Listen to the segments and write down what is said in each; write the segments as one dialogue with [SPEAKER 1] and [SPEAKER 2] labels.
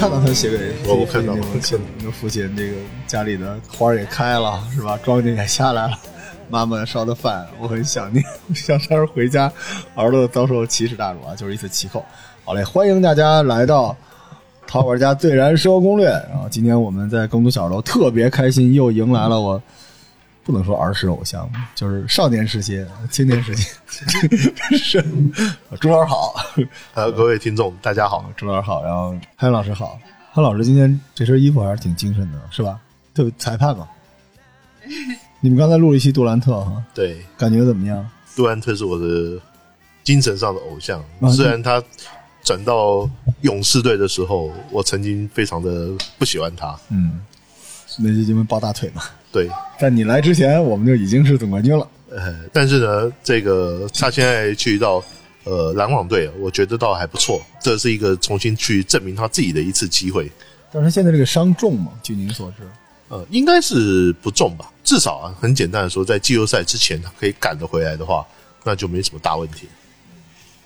[SPEAKER 1] 让他写给
[SPEAKER 2] 我我看到了
[SPEAKER 1] 自己的父亲，这个家里的花儿也开了，是吧？庄稼也下来了，妈妈烧的饭，我很想念。想啥时候回家？儿子遭受奇耻大辱啊，就是一次奇扣。好嘞，欢迎大家来到淘宝玩家最燃生活攻略。然后今天我们在更都小楼特别开心，又迎来了我。不能说儿时偶像，就是少年时期、青年时期，是中老好，
[SPEAKER 2] 呃，各位听众，大家好，
[SPEAKER 1] 朱老师好，然后潘老师好，潘老师今天这身衣服还是挺精神的，是吧？对，裁判 嘛。你们刚才录了一期杜兰特哈，
[SPEAKER 2] 对，
[SPEAKER 1] 感觉怎么样？
[SPEAKER 2] 杜兰特是我的精神上的偶像
[SPEAKER 1] 啊。
[SPEAKER 2] 虽然他转到勇士队的时候，我曾经非常的不喜欢他。
[SPEAKER 1] 嗯，那就因为抱大腿嘛。
[SPEAKER 2] 对，
[SPEAKER 1] 在你来之前，我们就已经是总冠军了。
[SPEAKER 2] 呃，但是呢，这个他现在去到呃篮网队，我觉得倒还不错。这是一个重新去证明他自己的一次机会。
[SPEAKER 1] 但是现在这个伤重嘛，据您所知，
[SPEAKER 2] 呃，应该是不重吧，至少啊，很简单的说，在季后赛之前他可以赶得回来的话，那就没什么大问题。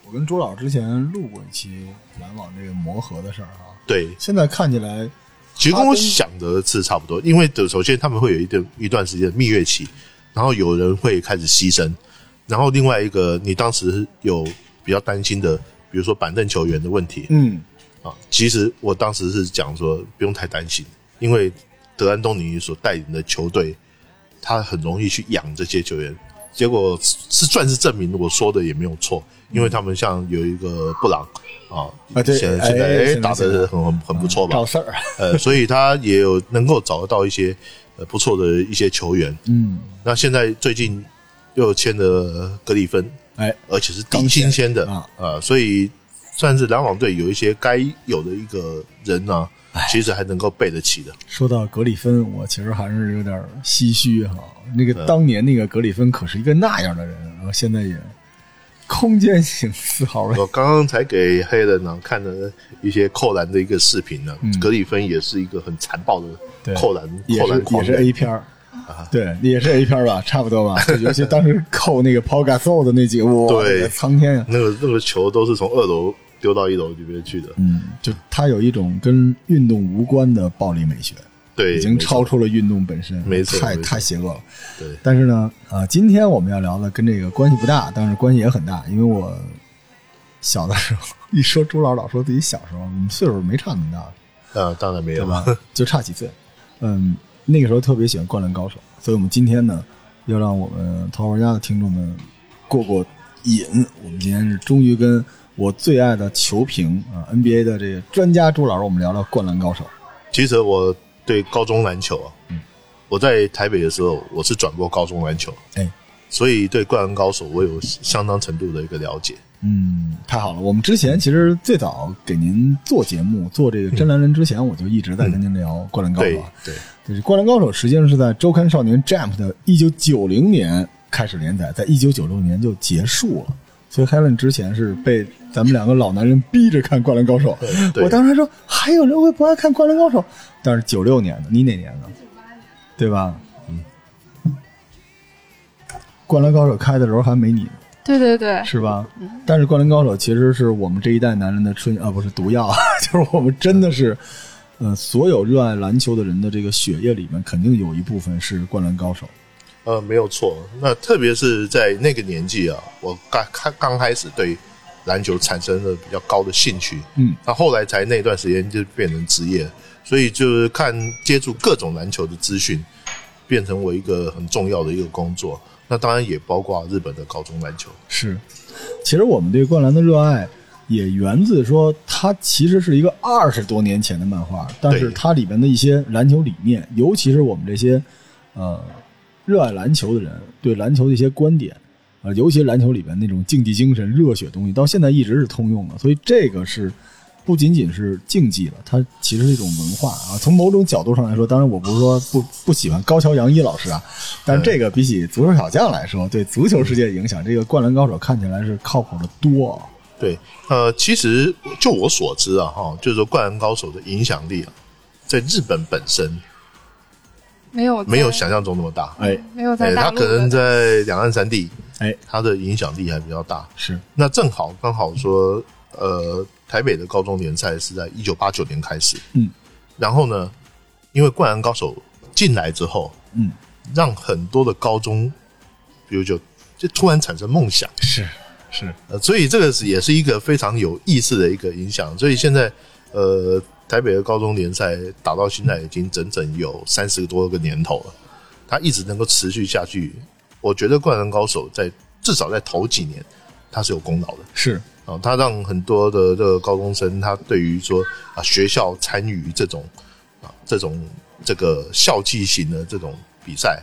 [SPEAKER 1] 我跟朱老师之前录过一期篮网这个磨合的事儿哈。
[SPEAKER 2] 对，
[SPEAKER 1] 现在看起来，
[SPEAKER 2] 其实跟我想的是差不多，因为的首先他们会有一段一段时间的蜜月期，然后有人会开始牺牲，然后另外一个你当时有比较担心的，比如说板凳球员的问题
[SPEAKER 1] 嗯，
[SPEAKER 2] 啊，其实我当时是讲说不用太担心，因为德安东尼所带领的球队，他很容易去养这些球员，结果是是算是证明我说的也没有错，因为他们像有一个布朗啊，
[SPEAKER 1] 啊对
[SPEAKER 2] 现在
[SPEAKER 1] 哎
[SPEAKER 2] 现在哎
[SPEAKER 1] 现在
[SPEAKER 2] 打
[SPEAKER 1] 现在
[SPEAKER 2] 得很很很不错吧，
[SPEAKER 1] 找事儿。
[SPEAKER 2] 呃，所以他也有能够找得到一些呃不错的一些球员。
[SPEAKER 1] 嗯，
[SPEAKER 2] 那现在最近又签了格里芬，
[SPEAKER 1] 哎，
[SPEAKER 2] 而且是低薪签的
[SPEAKER 1] 刚签啊
[SPEAKER 2] 呃，所以算是篮网队有一些该有的一个人呢、
[SPEAKER 1] 哎
[SPEAKER 2] 其实还能够背得起的。
[SPEAKER 1] 说到格里芬，我其实还是有点唏嘘哈。那个当年那个格里芬可是一个那样的人，啊然后现在也空间型四号位。
[SPEAKER 2] 我刚刚才给黑人呢、看了一些扣篮的一个视频呢、
[SPEAKER 1] 嗯
[SPEAKER 2] 格里芬也是一个很残暴
[SPEAKER 1] 对
[SPEAKER 2] 的扣篮
[SPEAKER 1] 也
[SPEAKER 2] 扣篮
[SPEAKER 1] 是也
[SPEAKER 2] 狂
[SPEAKER 1] 是
[SPEAKER 2] 人
[SPEAKER 1] A 片儿，
[SPEAKER 2] 啊
[SPEAKER 1] 对，也是 A 片儿吧， 差不多吧。就尤其当时扣那个 p o g a s o 的那几个，哇，
[SPEAKER 2] 对
[SPEAKER 1] 那个苍天啊呀！
[SPEAKER 2] 那个那个球都是从二楼丢到一楼里面去的，
[SPEAKER 1] 嗯，就他有一种跟运动无关的暴力美学，
[SPEAKER 2] 对，
[SPEAKER 1] 已经
[SPEAKER 2] 没错
[SPEAKER 1] 超出了运动本身，
[SPEAKER 2] 没错
[SPEAKER 1] 太
[SPEAKER 2] 没错
[SPEAKER 1] 太邪恶了。
[SPEAKER 2] 对
[SPEAKER 1] 但是呢，啊，今天我们要聊的跟这个关系不大，但是关系也很大，因为我小的时候一说朱老老说自己小时候，我们岁数没差那么大，
[SPEAKER 2] 啊，当然没
[SPEAKER 1] 对
[SPEAKER 2] 有
[SPEAKER 1] 吧？就差几岁。嗯，那个时候特别喜欢《灌篮高手》，所以我们今天呢，要让我们《桃花家》的听众们过过瘾。我们今天是终于跟我最爱的球评啊，NBA 的这个专家朱老师，我们聊聊《灌篮高手》。
[SPEAKER 2] 其实我对高中篮球啊，
[SPEAKER 1] 嗯
[SPEAKER 2] 我在台北的时候，我是转播高中篮球，
[SPEAKER 1] 哎，
[SPEAKER 2] 所以对《灌篮高手》我有相当程度的一个了解。
[SPEAKER 1] 嗯，太好了。我们之前其实最早给您做节目、做这个真男人之前，我就一直在跟您聊《灌篮高手》
[SPEAKER 2] 对
[SPEAKER 1] 啊。
[SPEAKER 2] 对，
[SPEAKER 1] 就是《灌篮高手》实际上是在周刊少年 Jump 的一九九零年开始连载，在一九九六年就结束了。所以 Helen 之前是被咱们两个老男人逼着看《灌篮高手》
[SPEAKER 2] 对，对
[SPEAKER 1] 我当时还说还有人会不爱看《灌篮高手》，但是九六年的，你哪年的？对吧？嗯，《灌篮高手》开的时候还没你呢。
[SPEAKER 3] 对对对，
[SPEAKER 1] 是吧？但是《灌篮高手》其实是我们这一代男人的春啊， 不是毒药，就是我们真的是，呃，所有热爱篮球的人的这个血液里面，肯定有一部分是《灌篮高手》。
[SPEAKER 2] 呃，没有错。那特别是在那个年纪啊，我刚刚刚开始对篮球产生了比较高的兴趣，
[SPEAKER 1] 嗯，
[SPEAKER 2] 那后来才那段时间就变成职业，所以就是看接触各种篮球的资讯，变成我一个很重要的一个工作。那当然也包括日本的高中篮球。
[SPEAKER 1] 是，其实我们对灌篮的热爱也源自说，它其实是一个二十多年前的漫画，但是
[SPEAKER 2] 对
[SPEAKER 1] 它里面的一些篮球理念，尤其是我们这些呃热爱篮球的人对篮球的一些观点。啊，尤其篮球里边那种竞技精神、热血东西，到现在一直是通用的，所以这个是不仅仅是竞技了，它其实是一种文化啊。从某种角度上来说，当然我不是说不不喜欢高桥洋一老师啊，但是这个比起足球小将来说，对足球世界的影响，这个《灌篮高手》看起来是靠谱的多啊。
[SPEAKER 2] 对，呃，其实就我所知啊，哈，就是说《灌篮高手》的影响力啊，在日本本身
[SPEAKER 3] 没有
[SPEAKER 2] 没有
[SPEAKER 3] 在
[SPEAKER 2] 想象中那么大，
[SPEAKER 1] 哎
[SPEAKER 3] 没有
[SPEAKER 2] 哎，
[SPEAKER 3] 在
[SPEAKER 2] 它
[SPEAKER 3] 大陆
[SPEAKER 2] 可能
[SPEAKER 3] 的
[SPEAKER 2] 在两岸三地，
[SPEAKER 1] 哎，
[SPEAKER 2] 它的影响力还比较大。
[SPEAKER 1] 是
[SPEAKER 2] 那正好刚好说，呃，台北的高中联赛是在一九八九年开始，
[SPEAKER 1] 嗯，
[SPEAKER 2] 然后呢，因为《灌篮高手》进来之后，
[SPEAKER 1] 嗯，
[SPEAKER 2] 让很多的高中，比如就就突然产生梦想，
[SPEAKER 1] 是是，
[SPEAKER 2] 呃，所以这个是也是一个非常有意思的一个影响。所以现在，呃，台北的高中联赛打到现在已经整整有三十多个年头了，它一直能够持续下去，我觉得《灌篮高手在》至少在头几年，它是有功劳的。
[SPEAKER 1] 是
[SPEAKER 2] 啊，他让很多的这个高中生，他对于说啊学校参与这种啊这种这个校际型的这种比赛，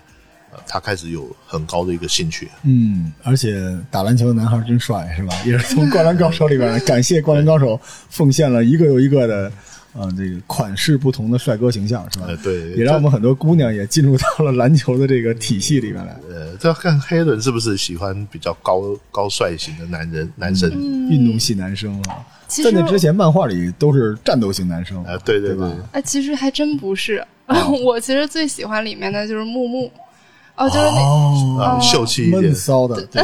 [SPEAKER 2] 啊，他开始有很高的一个兴趣。
[SPEAKER 1] 嗯，而且打篮球的男孩真帅，是吧？也是从《灌篮高手》里边，感谢《灌篮高手》奉献了一个又一个的，呃，这个款式不同的帅哥形象，是吧
[SPEAKER 2] 呃，？对，
[SPEAKER 1] 也让我们很多姑娘也进入到了篮球的这个体系里面来。
[SPEAKER 2] 呃，这要看黑人是不是喜欢比较高高帅型的男人男生。
[SPEAKER 3] 嗯
[SPEAKER 1] 运动系男生啊，
[SPEAKER 3] 其
[SPEAKER 1] 在
[SPEAKER 3] 实
[SPEAKER 1] 那之前漫画里都是战斗型男生
[SPEAKER 2] 啊，对对
[SPEAKER 1] 对
[SPEAKER 2] 对，
[SPEAKER 1] 吧？
[SPEAKER 3] 哎，其实还真不是。
[SPEAKER 2] 哦
[SPEAKER 3] 我其实最喜欢里面的就是木木，哦，就是 那
[SPEAKER 2] 啊，秀气一
[SPEAKER 1] 闷
[SPEAKER 2] 点，
[SPEAKER 1] 骚的，对，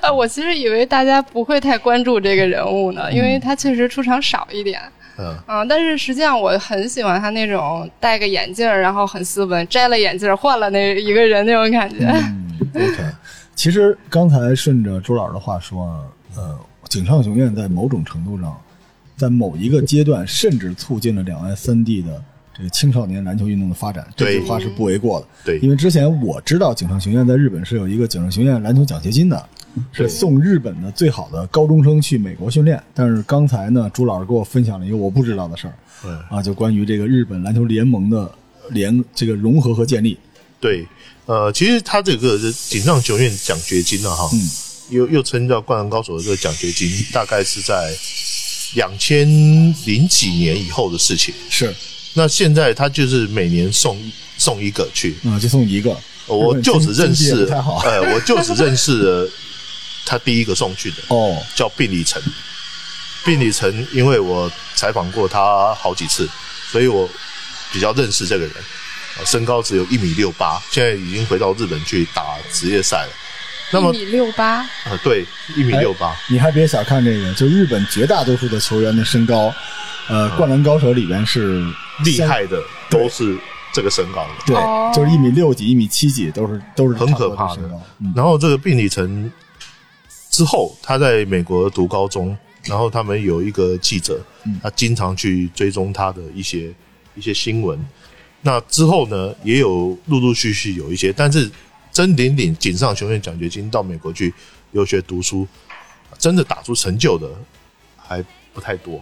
[SPEAKER 3] 啊，我其实以为大家不会太关注这个人物呢，因为他确实出场少一点。
[SPEAKER 2] 嗯，
[SPEAKER 3] 嗯，但是实际上我很喜欢他那种戴个眼镜儿，然后很斯文，摘了眼镜儿换了那一个人那种感觉。
[SPEAKER 1] 嗯，OK。其实刚才顺着周老师的话说啊，呃，井上雄彦在某种程度上，在某一个阶段，甚至促进了两岸三地的这个青少年篮球运动的发展，这
[SPEAKER 2] 对
[SPEAKER 1] 句话是不为过的。
[SPEAKER 2] 对
[SPEAKER 1] 因为之前我知道井上雄彦在日本是有一个井上雄彦篮球奖学金的，是送日本的最好的高中生去美国训练。但是刚才呢，朱老师给我分享了一个我不知道的事儿
[SPEAKER 2] 嗯，
[SPEAKER 1] 啊，就关于这个日本篮球联盟的联这个融合和建立。
[SPEAKER 2] 对，呃，其实他这个井上雄彦奖学金呢，哈，
[SPEAKER 1] 嗯
[SPEAKER 2] 又又称叫《灌篮高手》的这个奖学金，大概是在两千零几年以后的事情。
[SPEAKER 1] 是，
[SPEAKER 2] 那现在他就是每年送送一个去，
[SPEAKER 1] 啊，就送一个。
[SPEAKER 2] 我就只
[SPEAKER 1] 经
[SPEAKER 2] 认
[SPEAKER 1] 济也
[SPEAKER 2] 识
[SPEAKER 1] 不太好，
[SPEAKER 2] 呃，我就只认识了他第一个送去的
[SPEAKER 1] 哦，
[SPEAKER 2] 叫病理层。病理层，因为我采访过他好几次，所以我比较认识这个人。呃身高只有一米六八，现在已经回到日本去打职业赛了。那
[SPEAKER 3] 一
[SPEAKER 2] 么，
[SPEAKER 3] 米六八，
[SPEAKER 2] 呃，对，一米六八，
[SPEAKER 1] 你还别小看这个，就日本绝大多数的球员的身高，呃，《灌篮高手》里边是
[SPEAKER 2] 嗯厉
[SPEAKER 1] 相，
[SPEAKER 2] 害的都是这个身高的。
[SPEAKER 1] 对
[SPEAKER 3] 哦，
[SPEAKER 1] 就是一米六几、一米七几，都是都是
[SPEAKER 2] 很
[SPEAKER 1] 差不多
[SPEAKER 2] 可怕
[SPEAKER 1] 这身
[SPEAKER 2] 的
[SPEAKER 1] 高嗯
[SPEAKER 2] 然后这个病理层之后，他在美国读高中，然后他们有一个记者，他经常去追踪他的一些一些新闻。那之后呢，也有陆陆续续有一些，但是真顶顶井上雄彦奖学金到美国去留学读书，真的打出成就的还不太多。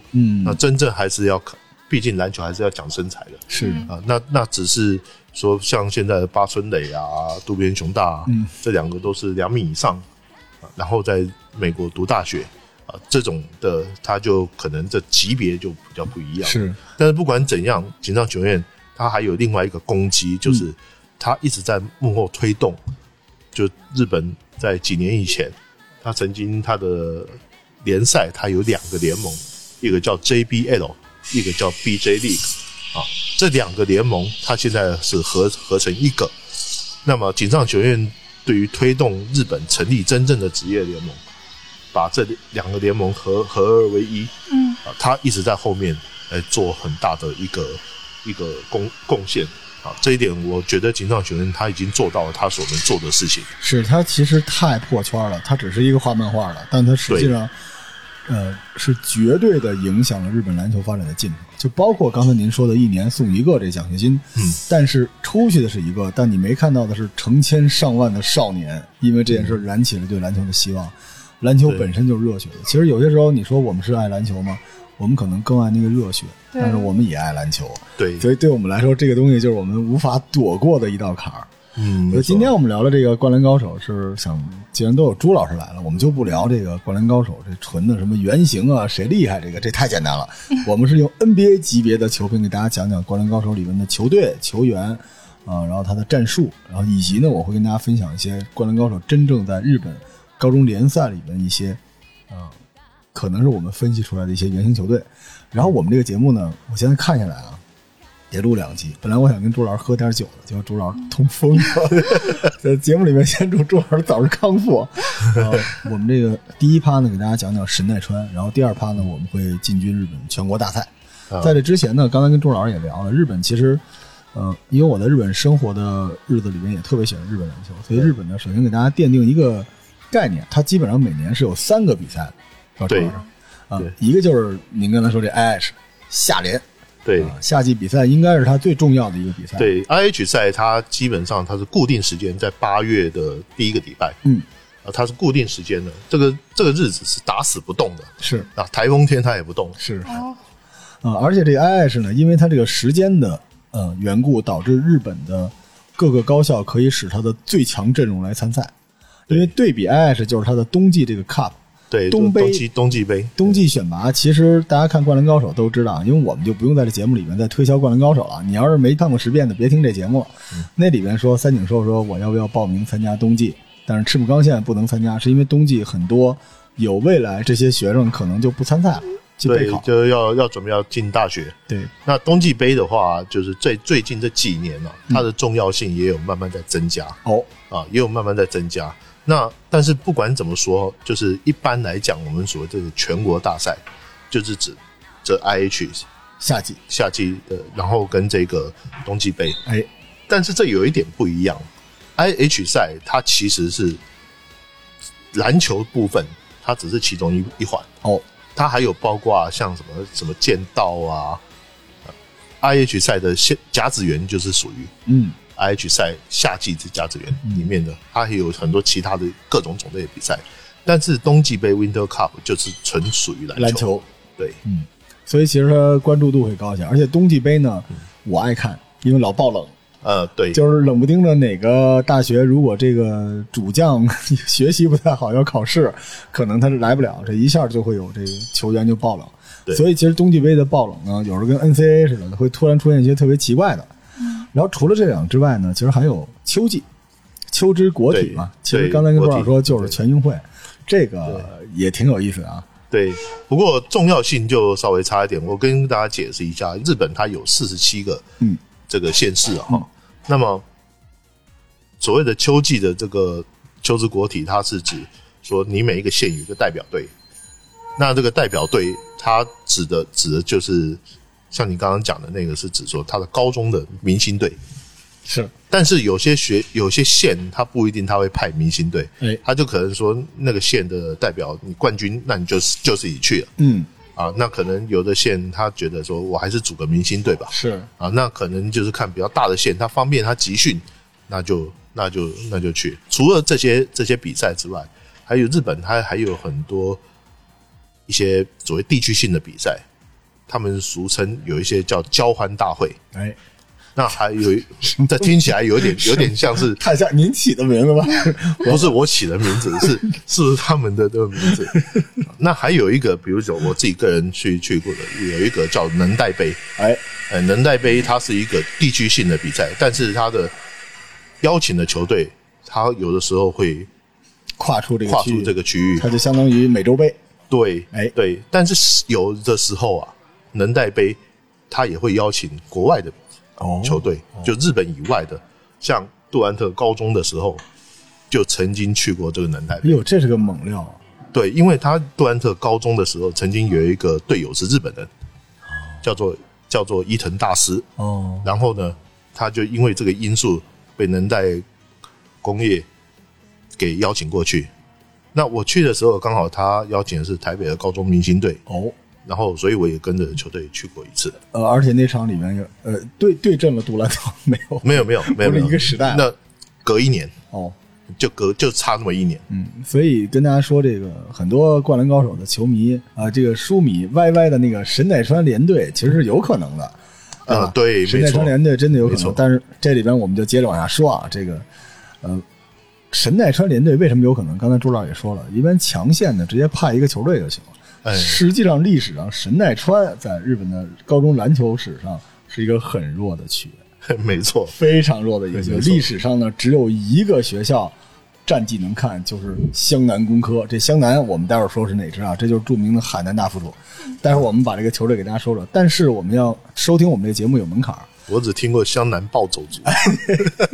[SPEAKER 2] 那
[SPEAKER 1] 嗯，
[SPEAKER 2] 真正还是要看，毕竟篮球还是要讲身材的。
[SPEAKER 1] 是
[SPEAKER 2] 啊、那那只是说像现在的八村垒啊、渡边雄大、啊，
[SPEAKER 1] 嗯
[SPEAKER 2] 这两个都是两米以上，啊然后在美国读大学啊，这种的他就可能这级别就比较不一样。，
[SPEAKER 1] 是，
[SPEAKER 2] 但是不管怎样，井上雄彦他还有另外一个攻击，就是他一直在幕后推动，就日本在几年以前，他曾经他的联赛他有两个联盟，一个叫 JBL，一个叫 BJ League 啊，这两个联盟他现在是合合成一个。那么井上雄彦对于推动日本成立真正的职业联盟，把这两个联盟合合二为一，
[SPEAKER 3] 嗯，
[SPEAKER 2] 啊，他一直在后面来做很大的一个一个贡贡献啊，这一点我觉得井上雄彦他已经做到了他所能做的事情。
[SPEAKER 1] 是他其实太破圈了，他只是一个画漫画的，但他实际上，呃，是绝对的影响了日本篮球发展的进程。就包括刚才您说的，一年送一个这奖学金，
[SPEAKER 2] 嗯，
[SPEAKER 1] 但是出去的是一个，但你没看到的是成千上万的少年，因为这件事燃起了对篮球的希望。篮球
[SPEAKER 2] 对
[SPEAKER 1] 本身就是热血的，其实有些时候你说我们是爱篮球吗？我们可能更爱那个热血，
[SPEAKER 3] 对
[SPEAKER 1] 但是我们也爱篮球，
[SPEAKER 2] 对，
[SPEAKER 1] 所以对我们来说，这个东西就是我们无法躲过的一道坎儿。
[SPEAKER 2] 嗯
[SPEAKER 1] 呃，今天我们聊的这个《灌篮高手》是想，既然都有朱老师来了，我们就不聊这个《灌篮高手》这纯的什么原型啊，谁厉害这个，这太简单了。我们是用 NBA 级别的球评给大家讲讲《灌篮高手》里面的球队、球员啊、然后他的战术，然后以及呢，我会跟大家分享一些《灌篮高手》真正在日本高中联赛里面一些啊、可能是我们分析出来的一些原型球队。然后我们这个节目呢，我现在看下来啊，也录两集。本来我想跟朱老师喝点酒的，结果朱老师痛风了。 在节目里面先祝朱老师早日康复。然后我们这个第一趴呢，给大家讲讲神奈川，然后第二趴呢，我们会进军日本全国大赛。
[SPEAKER 2] 啊
[SPEAKER 1] 在这之前呢，刚才跟朱老师也聊了，日本其实，呃，因为我在日本生活的日子里面也特别喜欢日本篮球，所以日本呢，首先给大家奠定一个概念，它基本上每年是有三个比赛的，是吧？
[SPEAKER 2] 对
[SPEAKER 1] 朱老师啊
[SPEAKER 2] 对，
[SPEAKER 1] 一个就是您刚才说这 IH 夏联，
[SPEAKER 2] 对
[SPEAKER 1] 啊，夏季比赛应该是它最重要的一个比赛，，
[SPEAKER 2] 对，IH 赛它基本上它是固定时间，在八月的第一个礼拜，
[SPEAKER 1] 嗯，
[SPEAKER 2] 啊，它是固定时间的，这个这个日子是打死不动的，
[SPEAKER 1] 是
[SPEAKER 2] 啊，台风天它也不动，
[SPEAKER 1] 是啊、
[SPEAKER 3] 哦，
[SPEAKER 1] 而且这 IH 呢，因为它这个时间的呃缘故，导致日本的各个高校可以使它的最强阵容来参赛，因为对比 IH 就是它的冬季这个 Cup。
[SPEAKER 2] 对，
[SPEAKER 1] 东
[SPEAKER 2] 冬
[SPEAKER 1] 杯
[SPEAKER 2] 季冬季杯，
[SPEAKER 1] 冬季选拔其实大家看《灌篮高手》都知道，啊因为我们就不用在这节目里面再推销《灌篮高手》了。你要是没看过十遍的，别听这节目了。那里面说三井寿说我要不要报名参加冬季，但是赤木刚宪不能参加，是因为冬季很多有未来这些学生可能就不参赛了，去备
[SPEAKER 2] 对，
[SPEAKER 1] 考。
[SPEAKER 2] 就要要准备要进大学。
[SPEAKER 1] 对，
[SPEAKER 2] 那冬季杯的话，就是最最近这几年呢、啊它的重要性也有慢慢在增加
[SPEAKER 1] 哦，
[SPEAKER 2] 啊，也有慢慢在增加。那但是不管怎么说，就是一般来讲，我们所谓这个全国大赛，就是指这 IH
[SPEAKER 1] 夏季，
[SPEAKER 2] 夏季的，然后跟这个冬季杯。
[SPEAKER 1] 哎，
[SPEAKER 2] 但是这有一点不一样，IH 赛它其实是篮球部分，它只是其中一一环，
[SPEAKER 1] 哦，
[SPEAKER 2] 它还有包括像什么什么剑道啊呃，IH 赛的夏甲子园就是属于
[SPEAKER 1] 嗯，
[SPEAKER 2] IH 赛夏季之甲子园里面的，它还有很多其他的各种种类的比赛。但是冬季杯 Winter Cup 就是纯属于篮球，
[SPEAKER 1] 篮球，
[SPEAKER 2] 对
[SPEAKER 1] 所以其实它关注度会高一些。而且冬季杯呢，我爱看，因为老爆冷。
[SPEAKER 2] 呃对
[SPEAKER 1] 就是冷不丁的哪个大学，如果这个主将 学习不太好要考试，可能他是来不了，这一下就会有这个球员就爆冷。
[SPEAKER 2] 对
[SPEAKER 1] 所以其实冬季杯的爆冷呢，有时候跟 NCAA 似的，会突然出现一些特别奇怪的。然后除了这两个之外呢，其实还有秋季，秋之国体嘛。其
[SPEAKER 2] 对
[SPEAKER 1] 实刚才跟
[SPEAKER 2] 国
[SPEAKER 1] 郭老
[SPEAKER 2] 体
[SPEAKER 1] 师说，就是全运会，这个也挺有意思的啊。
[SPEAKER 2] 对，不过重要性就稍微差一点。我跟大家解释一下，日本它有四十七个
[SPEAKER 1] 嗯
[SPEAKER 2] 这个县市啊、
[SPEAKER 1] 嗯
[SPEAKER 2] 那么所谓的秋季的这个秋之国体，它是指说你每一个县有一个代表队。那这个代表队，它指的指的就是像你刚刚讲的那个，是指说它的高中的明星队。
[SPEAKER 1] 是，
[SPEAKER 2] 但是有些学有些县，它不一定他会派明星队，
[SPEAKER 1] 哎
[SPEAKER 2] 他就可能说那个县的代表你冠军，那你就是就是你去了。
[SPEAKER 1] 嗯，
[SPEAKER 2] 啊，那可能有的县他觉得说我还是组个明星队吧，
[SPEAKER 1] 是，
[SPEAKER 2] 啊，那可能就是看比较大的县，他方便他集训，那就那就那就去。除了这些这些比赛之外，还有日本它还有很多一些所谓地区性的比赛，他们俗称有一些叫交欢大会。
[SPEAKER 1] 哎，
[SPEAKER 2] 那还有一，这听起来有点有点像是
[SPEAKER 1] 看一下您起的名字 吧。
[SPEAKER 2] 不是我起的名字，是 是他们的这个名字。 那还有一个，比如说我自己个人去去过的，有一个叫能代杯。
[SPEAKER 1] 哎，
[SPEAKER 2] 呃，能代杯它是一个地区性的比赛，但是它的邀请的球队，它有的时候会
[SPEAKER 1] 跨出这个
[SPEAKER 2] 跨
[SPEAKER 1] 区
[SPEAKER 2] 出
[SPEAKER 1] 域，
[SPEAKER 2] 这个区域
[SPEAKER 1] 它。就相当于美洲杯。
[SPEAKER 2] 对，
[SPEAKER 1] 哎
[SPEAKER 2] 对，但是有的时候啊，能代杯它也会邀请国外的
[SPEAKER 1] 哦
[SPEAKER 2] 球队，就日本以外的，像杜兰特高中的时候就曾经去过这个能代杯
[SPEAKER 1] 哎。呦，这是个猛料啊！
[SPEAKER 2] 对，因为他杜兰特高中的时候，曾经有一个队友是日本人，叫做叫做伊藤大师。
[SPEAKER 1] 哦，
[SPEAKER 2] 然后呢，他就因为这个因素被能代工业给邀请过去。那我去的时候，刚好他邀请的是台北的高中明星队，
[SPEAKER 1] 哦，
[SPEAKER 2] 然后所以我也跟着球队去过一次。
[SPEAKER 1] 呃，而且那场里面有呃对对阵了杜兰特 没有？
[SPEAKER 2] 没有没有没有，
[SPEAKER 1] 不是
[SPEAKER 2] 没有
[SPEAKER 1] 一个时代啊
[SPEAKER 2] 那隔一年
[SPEAKER 1] 哦，
[SPEAKER 2] 就隔就差那么一年。
[SPEAKER 1] 嗯，所以跟大家说，这个很多《灌篮高手》的球迷啊、这个书迷 YY 的那个神奈川联队其实是有可能的。
[SPEAKER 2] 呃
[SPEAKER 1] 吧
[SPEAKER 2] 对
[SPEAKER 1] 神
[SPEAKER 2] 没
[SPEAKER 1] 奈
[SPEAKER 2] 错
[SPEAKER 1] 川联队真的有可
[SPEAKER 2] 没
[SPEAKER 1] 能
[SPEAKER 2] 错，
[SPEAKER 1] 但是这里边我们就接着往下说啊，这个呃，神奈川联队为什么有可能？刚才朱老师也说了，一般强县呢直接派一个球队就行了。
[SPEAKER 2] 哎
[SPEAKER 1] 实际上，历史上神奈川在日本的高中篮球史上是一个很弱的区域，
[SPEAKER 2] 没错，
[SPEAKER 1] 非常弱的一个学
[SPEAKER 2] 对没错
[SPEAKER 1] 历史上呢，只有一个学校战绩能看，就是湘南工科。这湘南我们待会儿说是哪支啊？这就是著名的海南大附属。待会儿我们把这个球队给大家说说。但是我们要收听我们这节目有门槛儿，
[SPEAKER 2] 我只听过湘南暴走族，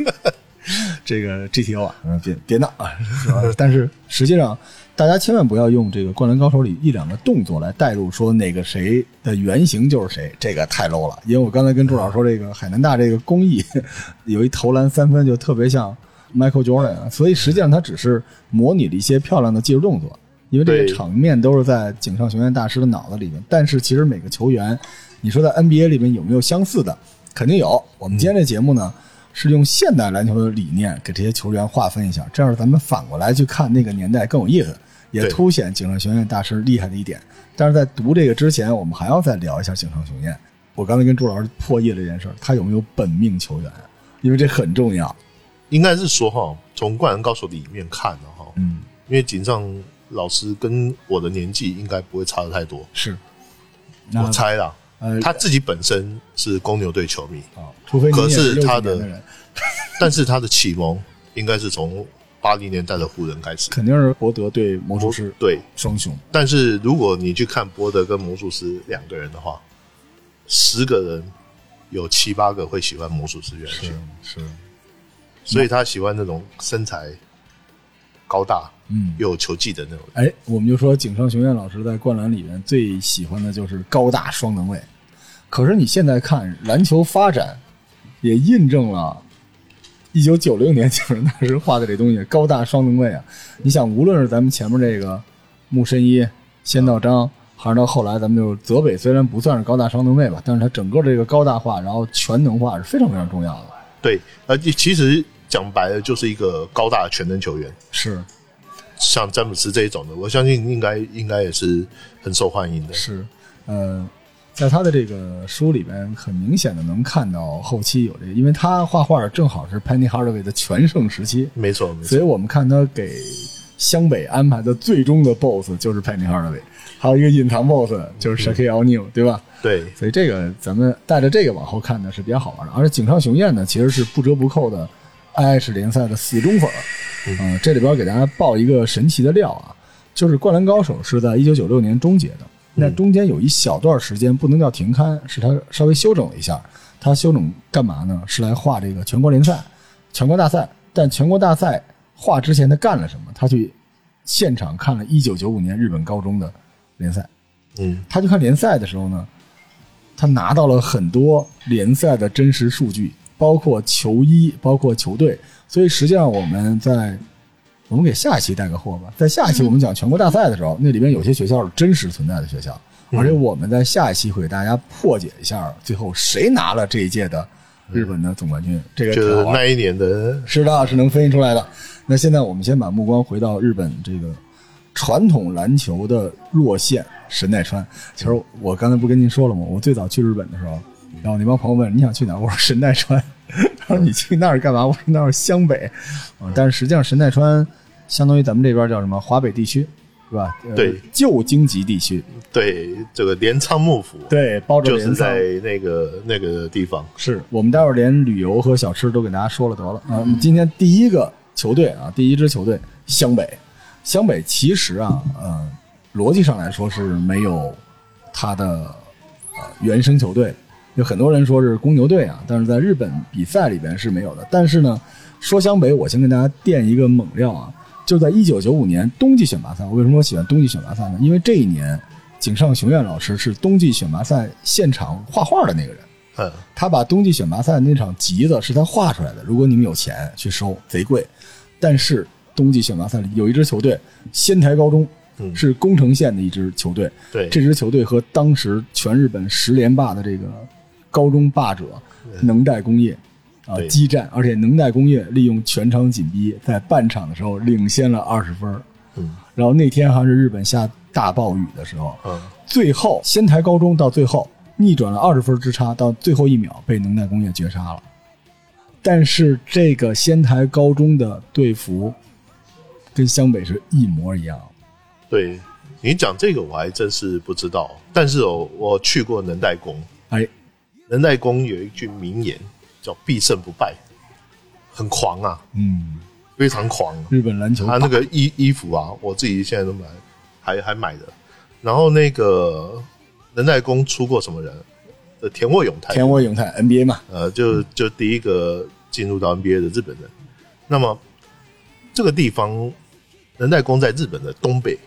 [SPEAKER 1] 这个 GTO 啊，嗯别别闹啊，是吧？ 但是实际上，大家千万不要用这个《灌篮高手》里一两个动作来代入说哪个谁的原型就是谁，这个太 low 了。因为我刚才跟朱老师说，这个海南大这个工艺 有一投篮三分就特别像 Michael Jordan，所以啊实际上他只是模拟了一些漂亮的技术动作，因为这
[SPEAKER 2] 对
[SPEAKER 1] 个场面都是在井上雄彦大师的脑子里面。但是其实每个球员，你说在 NBA 里面有没有相似的？肯定有。我们今天这节目呢，是用现代篮球的理念给这些球员划分一下，这样咱们反过来去看那个年代更有意思，也
[SPEAKER 2] 对
[SPEAKER 1] 凸显井上雄彦大师厉害的一点。但是在读这个之前，我们还要再聊一下井上雄彦。我刚才跟朱老师破译了这件事儿，他有没有本命球员？因为这很重要。
[SPEAKER 2] 应该是说哈，从《灌篮高手》里面看的哈，
[SPEAKER 1] 嗯，
[SPEAKER 2] 因为井上老师跟我的年纪应该不会差的太多，
[SPEAKER 1] 是。
[SPEAKER 2] 我猜啦，
[SPEAKER 1] 呃，
[SPEAKER 2] 他自己本身是公牛队球迷，
[SPEAKER 1] 啊除非你
[SPEAKER 2] 可
[SPEAKER 1] 也
[SPEAKER 2] 是
[SPEAKER 1] 60
[SPEAKER 2] 他
[SPEAKER 1] 年
[SPEAKER 2] 的
[SPEAKER 1] 的人，
[SPEAKER 2] 但是他的启蒙应该是从八零年代的湖人开始。
[SPEAKER 1] 肯定是伯德对魔术师
[SPEAKER 2] 对，
[SPEAKER 1] 双雄。
[SPEAKER 2] 但是如果你去看波德跟魔术师两个人的话，十个人有七八个会喜欢魔术师原型，
[SPEAKER 1] 是，
[SPEAKER 2] 所以他喜欢那种身材高大
[SPEAKER 1] 嗯，
[SPEAKER 2] 又有球技的那种人。
[SPEAKER 1] 哎，我们就说井上雄彦老师在灌篮里面最喜欢的就是高大双能卫。可是你现在看篮球发展，也印证了一九九六年井上大师画的这东西——高大双能卫啊！你想，无论是咱们前面这个木申一、仙道章，还是到后来咱们就是泽北，虽然不算是高大双能卫吧，但是他整个这个高大化，然后全能化是非常非常重要的。
[SPEAKER 2] 对，而且其实讲白了就是一个高大的全能球员，
[SPEAKER 1] 是
[SPEAKER 2] 像詹姆斯这一种的，我相信应该应该也是很受欢迎的。
[SPEAKER 1] 是，呃，在他的这个书里边，很明显的能看到后期有这个，因为他画画正好是 Penny Hardaway 的全盛时期，
[SPEAKER 2] 没错，没错
[SPEAKER 1] 所。以我们看他给湘北安排的最终的 BOSS 就是 Penny Hardaway，还有一个隐藏 BOSS 就是 Shaquille O'Neal，对吧？
[SPEAKER 2] 对，
[SPEAKER 1] 所以这个咱们带着这个往后看呢是比较好玩的。而且井上雄彦呢，其实是不折不扣的 IH 联赛的死忠粉儿。嗯、这里边给大家爆一个神奇的料啊，就是《灌篮高手》是在一九九六年终结的，那中间有一小段时间不能叫停刊，是他稍微修整了一下。他修整干嘛呢？是来画这个全国联赛、全国大赛。但全国大赛画之前他干了什么？他去现场看了一九九五年日本高中的联赛。
[SPEAKER 2] 嗯，
[SPEAKER 1] 他去看联赛的时候呢，他拿到了很多联赛的真实数据，包括球衣，包括球队。所以实际上我们在我们给下一期带个货吧，在下一期我们讲全国大赛的时候，那里边有些学校是真实存在的学校，而且我们在下一期会给大家破解一下，最后谁拿了这一届的日本的总冠军，这个
[SPEAKER 2] 就
[SPEAKER 1] 挺好
[SPEAKER 2] 是
[SPEAKER 1] 玩
[SPEAKER 2] 那一年的
[SPEAKER 1] 是的，是能分析出来的。那现在我们先把目光回到日本这个传统篮球的弱县神奈川。其实我刚才不跟您说了吗？我最早去日本的时候，然后那帮朋友问你想去哪儿，我说神奈川。他说你去那儿干嘛？我说那儿湘北。啊，但是实际上神奈川相当于咱们这边叫什么华北地区，是吧？呃
[SPEAKER 2] 对，
[SPEAKER 1] 旧京畿地区，
[SPEAKER 2] 对这个镰仓幕府，，
[SPEAKER 1] 对，包着
[SPEAKER 2] 就是
[SPEAKER 1] 镰仓
[SPEAKER 2] 在。那个那个地方。
[SPEAKER 1] 是我们待会儿连旅游和小吃都给大家说了得了。啊，我们今天第一个球队啊，第一支球队湘北，湘北其实啊，呃，逻辑上来说是没有它的呃原生球队的，有很多人说是公牛队啊，但是在日本比赛里边是没有的。但是呢，说湘北，我先跟大家垫一个猛料啊，就在一九九五年冬季选拔赛，我为什么说喜欢冬季选拔赛呢？因为这一年井上雄彦老师是冬季选拔赛现场画画的那个人。
[SPEAKER 2] 嗯，
[SPEAKER 1] 他把冬季选拔赛那场集子是他画出来的，如果你们有钱去收，贼贵。但是冬季选拔赛里有一支球队，仙台高中，
[SPEAKER 2] 嗯
[SPEAKER 1] 是宫城县的一支球队。
[SPEAKER 2] 对，
[SPEAKER 1] 这支球队和当时全日本十连霸的这个高中霸者能代工业啊
[SPEAKER 2] 对
[SPEAKER 1] 激战，而且能代工业利用全场紧逼，在半场的时候领先了二十分儿。
[SPEAKER 2] 嗯
[SPEAKER 1] 然后那天还是日本下大暴雨的时候，
[SPEAKER 2] 嗯，
[SPEAKER 1] 最后仙台高中到最后逆转了二十分之差，到最后一秒被能代工业绝杀了。但是这个仙台高中的队服跟湘北是一模一样，
[SPEAKER 2] 对你讲这个我还真是不知道，但是哦，我去过能代宫，
[SPEAKER 1] 哎，
[SPEAKER 2] 能代宫有一句名言叫“必胜不败”，很狂啊，
[SPEAKER 1] 嗯，
[SPEAKER 2] 非常狂、啊。
[SPEAKER 1] 日本篮球
[SPEAKER 2] 他那个衣 衣服啊，我自己现在都买，还还买的。然后那个能代宫出过什么人？呃田沃永太，
[SPEAKER 1] 田嗯沃永泰 NBA 嘛，
[SPEAKER 2] 呃，就就第一个进入到 NBA 的日本人。那么这个地方，能代宫在日本的东北。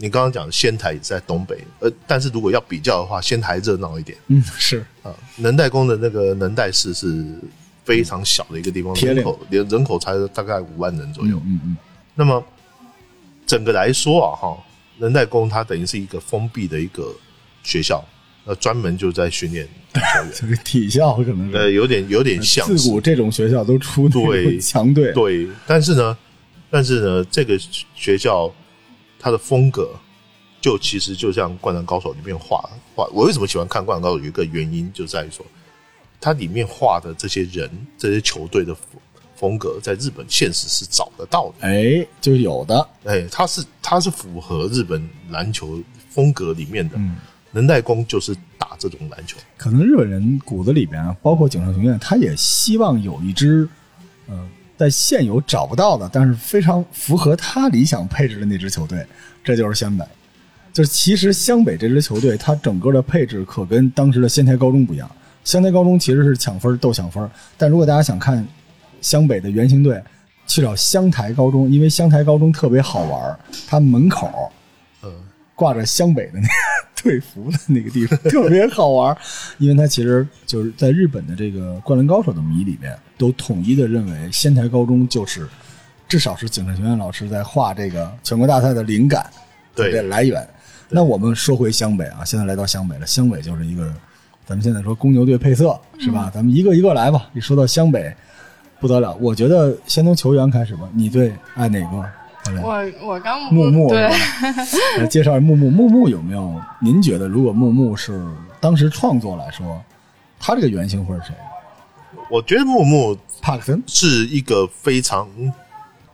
[SPEAKER 2] 你刚刚讲的仙台也是在东北，呃，但是如果要比较的话，仙台热闹一点
[SPEAKER 1] 嗯，是
[SPEAKER 2] 啊。能代宫的那个能代市是非常小的一个地方，
[SPEAKER 1] 铁
[SPEAKER 2] 人
[SPEAKER 1] 岭
[SPEAKER 2] 口人人口才大概五万人左右。
[SPEAKER 1] 嗯嗯
[SPEAKER 2] 那么整个来说啊，哈，能代工它等于是一个封闭的一个学校，呃，专门就在训练球
[SPEAKER 1] 嗯，
[SPEAKER 2] 员，
[SPEAKER 1] 这个体校可能
[SPEAKER 2] 呃，
[SPEAKER 1] 是
[SPEAKER 2] 有点有点
[SPEAKER 1] 嗯
[SPEAKER 2] 像
[SPEAKER 1] 自
[SPEAKER 2] 是
[SPEAKER 1] 古这种学校都出那
[SPEAKER 2] 对
[SPEAKER 1] 种强队，
[SPEAKER 2] 对，但是呢，但是呢，这个学校它的风格就其实就像《灌篮高手》里面画画，我为什么喜欢看《灌篮高手》？有一个原因就在于说，它里面画的这些人、这些球队的风风格，在日本现实是找得到的。
[SPEAKER 1] 哎，就有的，
[SPEAKER 2] 哎，它是它是符合日本篮球风格里面的。
[SPEAKER 1] 嗯
[SPEAKER 2] 能代工就是打这种篮球，
[SPEAKER 1] 可能日本人骨子里边啊，包括井上雄彦，他也希望有一支，呃，在现有找不到的，但是非常符合他理想配置的那支球队，这就是湘北。就是其实湘北这支球队，它整个的配置可跟当时的仙台高中不一样。仙台高中其实是抢分儿斗抢分儿，但如果大家想看湘北的原型队，去找湘台高中，因为湘台高中特别好玩儿，它门口儿
[SPEAKER 2] 嗯，
[SPEAKER 1] 挂着湘北的那个 队服的那个地方， 特别好玩儿，因为它其实就是在日本的这个《灌篮高手》的迷里面，都统一的认为仙台高中就是至少是井上学院老师在画这个全国大赛的灵感
[SPEAKER 2] 对
[SPEAKER 1] 的来源。那我们说回湘北啊，现在来到湘北了，湘北就是一个咱们现在说公牛队配色是吧？咱们一个一个来吧。一说到湘北，不得了，我觉得先从球员开始吧。你最爱哪个？教
[SPEAKER 2] 嗯
[SPEAKER 1] 练
[SPEAKER 3] 我我刚
[SPEAKER 1] 木木
[SPEAKER 3] 对，
[SPEAKER 1] 来介绍一下木木，木木有没有？您觉得如果木木是当时创作来说，他这个原型会是谁？
[SPEAKER 2] 我觉得木木
[SPEAKER 1] 帕克森
[SPEAKER 2] 是一个非常，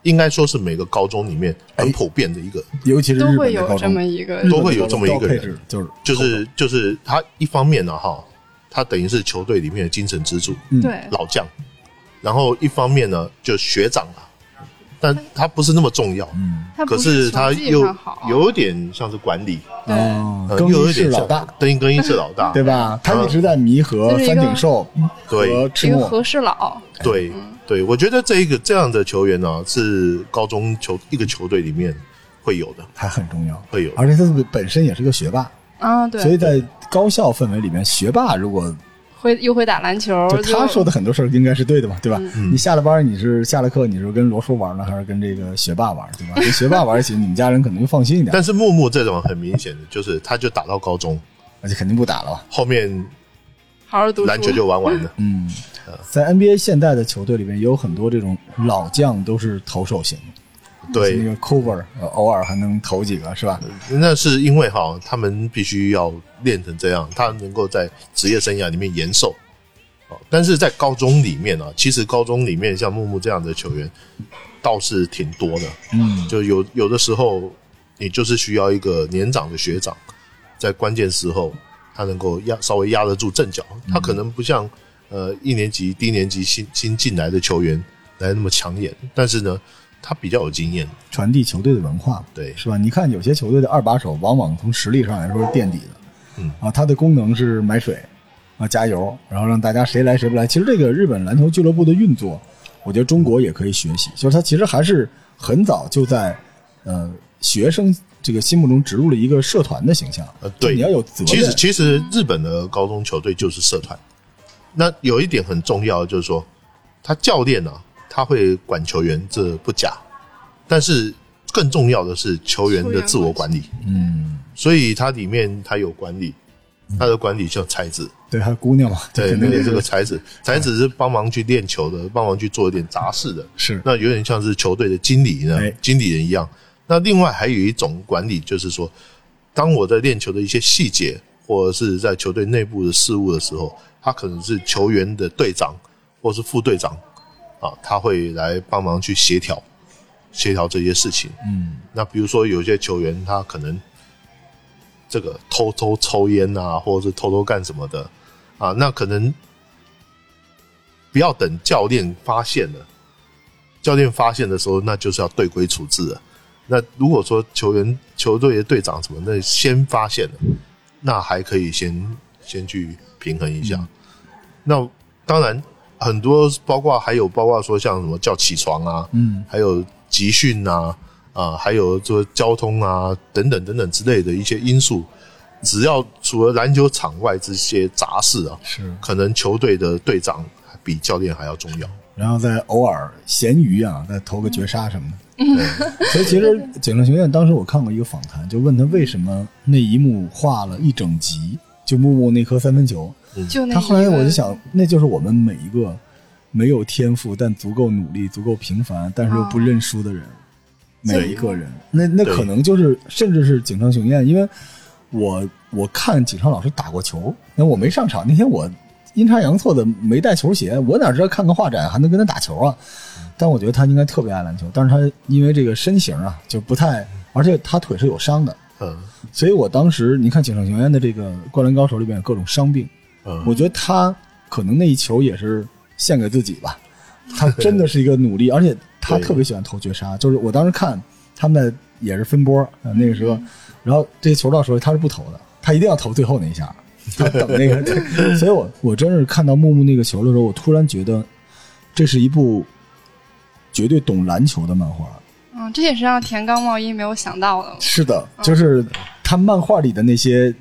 [SPEAKER 2] 应该说是每个高中里面
[SPEAKER 1] 哎
[SPEAKER 2] 很普遍的一个，
[SPEAKER 1] 尤其是
[SPEAKER 3] 都
[SPEAKER 1] 日本
[SPEAKER 3] 会
[SPEAKER 1] 的
[SPEAKER 3] 有
[SPEAKER 1] 高
[SPEAKER 3] 这
[SPEAKER 1] 中
[SPEAKER 3] 么，一个
[SPEAKER 1] 日本的
[SPEAKER 2] 都会有这么一个人
[SPEAKER 1] 高中配置，就是
[SPEAKER 2] 就是就是他一方面呢、哈，他等于是球队里面的精神支柱，
[SPEAKER 1] 嗯
[SPEAKER 3] 对
[SPEAKER 2] 老将，然后一方面呢就学长啊，但他不是那么重要，
[SPEAKER 1] 嗯，
[SPEAKER 3] 他
[SPEAKER 2] 可
[SPEAKER 3] 不
[SPEAKER 2] 是他
[SPEAKER 3] 成绩
[SPEAKER 2] 又
[SPEAKER 3] 上好啊
[SPEAKER 2] 有点像是管理，
[SPEAKER 3] 对
[SPEAKER 1] 哦
[SPEAKER 2] 呃，
[SPEAKER 1] 更
[SPEAKER 2] 又
[SPEAKER 1] 衣
[SPEAKER 2] 有
[SPEAKER 1] 室
[SPEAKER 2] 点
[SPEAKER 1] 老
[SPEAKER 2] 像
[SPEAKER 1] 大，
[SPEAKER 2] 更衣更衣室老大，
[SPEAKER 1] 对吧？他一直在弥合
[SPEAKER 3] 就是一个
[SPEAKER 1] 三井寿
[SPEAKER 2] 对
[SPEAKER 1] 和
[SPEAKER 3] 一
[SPEAKER 1] 赤
[SPEAKER 3] 个
[SPEAKER 1] 木，
[SPEAKER 3] 和事佬，
[SPEAKER 2] 对
[SPEAKER 1] 嗯
[SPEAKER 2] 对，我觉得这一个这样的球员呢、是高中球一个球队里面会有的，
[SPEAKER 1] 还很重要。
[SPEAKER 2] 会有的。
[SPEAKER 1] 而且他本身也是个学霸，
[SPEAKER 3] 啊，
[SPEAKER 1] 所以
[SPEAKER 3] 对，
[SPEAKER 1] 在高校氛围里面，学霸如果
[SPEAKER 3] 会又会打篮球，
[SPEAKER 1] 就他说的很多事儿应该是对的嘛，对吧？
[SPEAKER 2] 嗯
[SPEAKER 1] 你下了班儿，你是下了课，你是跟罗叔玩呢，还是跟这个学霸玩，对吧？跟学霸玩一起，你们家人可能就放心一点，
[SPEAKER 2] 但是木木这种很明显的就是，他就打到高中，
[SPEAKER 1] 而且肯定不打了吧？
[SPEAKER 2] 后面
[SPEAKER 3] 好好读
[SPEAKER 2] 篮球
[SPEAKER 3] 书，
[SPEAKER 2] 就玩完 了。
[SPEAKER 1] 嗯，在 NBA 现代的球队里面，也有很多这种老将都是投手型，那
[SPEAKER 2] 对，
[SPEAKER 1] 个 Cooper 呃偶尔还能投几个，是吧？
[SPEAKER 2] 那是因为哈，他们必须要练成这样，他能够在职业生涯里面延寿。哦但是在高中里面啊，其实高中里面像木木这样的球员倒是挺多的。
[SPEAKER 1] 嗯，
[SPEAKER 2] 就有有的时候，你就是需要一个年长的学长，在关键时候他能够压稍微压得住阵脚。他可能不像呃一年级、低年级新新进来的球员来那么抢眼，但是呢，他比较有经验。
[SPEAKER 1] 传递球队的文化，
[SPEAKER 2] 对
[SPEAKER 1] 是吧？你看有些球队的二把手，往往从实力上来说是垫底的，
[SPEAKER 2] 嗯
[SPEAKER 1] 啊，它的功能是买水啊加油，然后让大家谁来谁不来。其实这个日本篮球俱乐部的运作，我觉得中国也可以学习，就是它其实还是很早就在呃学生这个心目中植入了一个社团的形象，
[SPEAKER 2] 呃，对，
[SPEAKER 1] 你要有责任，
[SPEAKER 2] 其实其实日本的高中球队就是社团。那有一点很重要，就是说，他教练呢、他会管球员，这不假，但是更重要的是球员的自我管理。
[SPEAKER 1] 嗯，
[SPEAKER 2] 所以它里面它有管理，它的管理叫材质，
[SPEAKER 1] 对，还有姑娘嘛，
[SPEAKER 2] 对，
[SPEAKER 1] 肯
[SPEAKER 2] 那
[SPEAKER 1] 定
[SPEAKER 2] 个
[SPEAKER 1] 得
[SPEAKER 2] 这个材质，材质是帮忙去练球的，帮忙去做一点杂事的，
[SPEAKER 1] 是
[SPEAKER 2] 那有点像是球队的经理呢
[SPEAKER 1] 哎，
[SPEAKER 2] 经理人一样。那另外还有一种管理，就是说，当我在练球的一些细节，或者是在球队内部的事务的时候，他可能是球员的队长或是副队长啊，他会来帮忙去协调协调这些事情。
[SPEAKER 1] 嗯，
[SPEAKER 2] 那比如说有些球员他可能这个偷偷抽烟啊，或者是偷偷干什么的啊，那可能不要等教练发现了，教练发现的时候，那就是要队规处置了。那如果说球员、球队的队长什么，那先发现了，那还可以先先去平衡一下。那当然，很多包括还有包括说像什么叫起床啊，
[SPEAKER 1] 嗯，
[SPEAKER 2] 还有集训啊，啊、还有这交通啊等等等等之类的一些因素，只要除了篮球场外这些杂事啊，
[SPEAKER 1] 是。
[SPEAKER 2] 可能球队的队长比教练还要重要。
[SPEAKER 1] 然后再偶尔咸鱼啊，再投个绝杀什么的。所以其实《警政学院》当时我看过一个访谈，就问他为什么那一幕画了一整集，就木木那颗三分球。
[SPEAKER 3] 就那
[SPEAKER 1] 他后来
[SPEAKER 3] 一个
[SPEAKER 1] 我就，想，那就是我们每一个没有天赋但足够努力、足够平凡，但是又
[SPEAKER 3] 啊
[SPEAKER 1] 不认输的人，每一个人。那那
[SPEAKER 2] 对
[SPEAKER 1] 可能就是，甚至是井上雄彦，因为我我看井上老师打过球，那我没上场，那天我阴差阳错的没带球鞋，我哪知道看个画展还能跟他打球啊？但我觉得他应该特别爱篮球，但是他因为这个身形啊，就不太，而且他腿是有伤的，
[SPEAKER 2] 嗯
[SPEAKER 1] 所以我当时你看井上雄彦的这个《灌篮高手》里边有各种伤病。
[SPEAKER 2] 嗯
[SPEAKER 1] 我觉得他可能那一球也是献给自己吧，他真的是一个努力，而且他特别喜欢投绝杀。就是我当时看他们也是分波，呃那个时候，然后这球到时候他是不投的，他一定要投最后那一下，他等那个。对所以我我真是看到木木那个球的时候，我突然觉得这是一部绝对懂篮球的漫画。
[SPEAKER 3] 嗯，这也是让田刚茂一没有想到的。
[SPEAKER 1] 是的，就是他漫画里的那些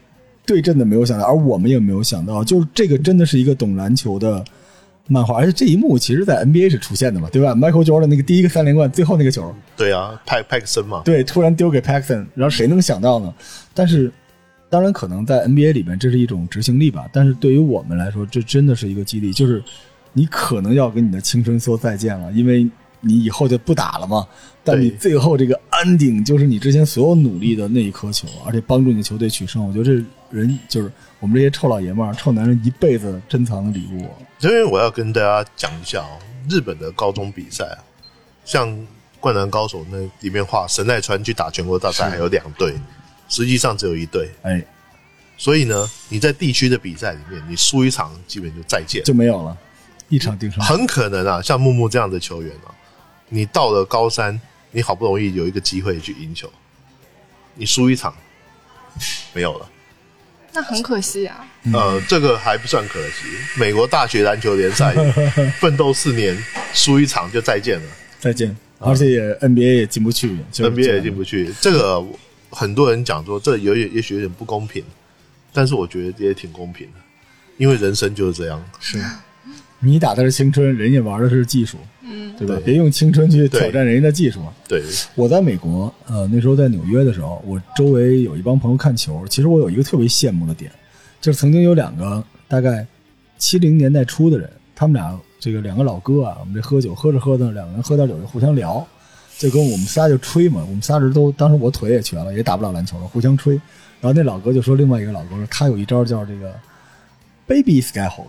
[SPEAKER 1] 对阵的没有想到，而我们也没有想到，就是这个真的是一个懂篮球的漫画，而且这一幕其实在 NBA 是出现的嘛，对吧？Michael Jordan 那个第一个三连冠，最后那个球，
[SPEAKER 2] 对啊，派派克森嘛，
[SPEAKER 1] 对，突然丢给 Paxton，然后谁能想到呢？但是，当然可能在 NBA 里面这是一种执行力吧，但是对于我们来说，这真的是一个激励，就是你可能要跟你的青春说再见了，因为你以后就不打了嘛。但你
[SPEAKER 2] 对
[SPEAKER 1] 最后这个 ending 就是你之前所有努力的那一颗球，而且帮助你球队取胜，我觉得这人就是我们这些臭老爷们儿、臭男人一辈子珍藏的礼物。
[SPEAKER 2] 这边我要跟大家讲一下哦，日本的高中比赛啊，像《灌篮高手》那里面画神奈川去打全国大赛，
[SPEAKER 1] 是
[SPEAKER 2] 还有两队，实际上只有一队。
[SPEAKER 1] 哎，
[SPEAKER 2] 所以呢，你在地区的比赛里面，你输一场，基本就再见。
[SPEAKER 1] 就没有了，一场定胜。
[SPEAKER 2] 很可能啊，像木木这样的球员啊，你到了高三，你好不容易有一个机会去赢球，你输一场，没有了。
[SPEAKER 3] 那很可惜啊。
[SPEAKER 2] 呃，这个还不算可惜。美国大学篮球联赛奋斗四年，输一场就再见了。
[SPEAKER 1] 再见。而且也 NBA 也进不去就是
[SPEAKER 2] NBA
[SPEAKER 1] 这
[SPEAKER 2] 也
[SPEAKER 1] 样
[SPEAKER 2] 进不去。这个很多人讲说，这有点也许有点不公平，但是我觉得也挺公平的，因为人生就是这样。
[SPEAKER 1] 是，你打的是青春，人家玩的是技术，嗯，对吧？
[SPEAKER 2] 对
[SPEAKER 1] 别用青春去挑
[SPEAKER 2] 对
[SPEAKER 1] 战人家的技术。
[SPEAKER 2] 对，
[SPEAKER 1] 我在美国，呃，那时候在纽约的时候，我周围有一帮朋友看球，其实我有一个特别羡慕的点，就是曾经有两个大概七零年代初的人，他们俩这个两个老哥啊，我们这喝酒喝着喝着，两个人喝点酒就互相聊，就跟我们仨就吹嘛，我们仨人都当时我腿也瘸了，也打不了篮球了，互相吹。然后那老哥就说另外一个老哥说他有一招叫这个 baby skyhook，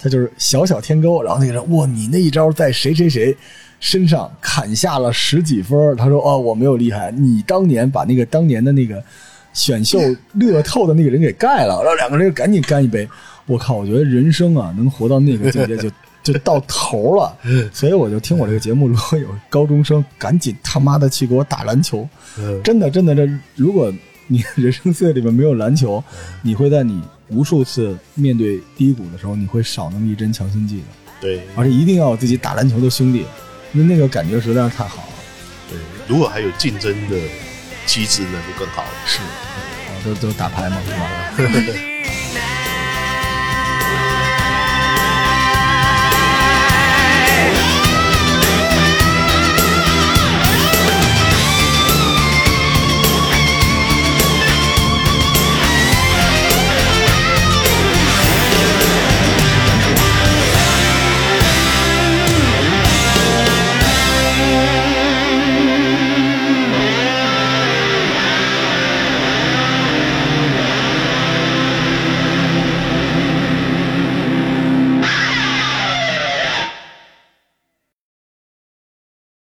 [SPEAKER 1] 他就是小小天钩。然后那个人哇，你那一招在谁谁谁身上砍下了十几分儿。他说哦，我没有厉害，你当年把那个当年的那个选秀乐透的那个人给盖了。然后两个人就赶紧干一杯。我靠，我觉得人生啊，能活到那个境界就。 就到头了，所以我就听我这个节目，如果有高中生，赶紧他妈的去给我打篮球，
[SPEAKER 2] 嗯
[SPEAKER 1] 真的，真的，这如果你人生岁月里面没有篮球，你会在你无数次面对低谷的时候，你会少那么一针强心剂的。
[SPEAKER 2] 对
[SPEAKER 1] 而且一定要有自己打篮球的兄弟，那那个感觉实在是太好了。
[SPEAKER 2] 对，如果还有竞争的机制，那就更好了。
[SPEAKER 1] 是，啊，都都打牌嘛，是吧？
[SPEAKER 4] Tonight.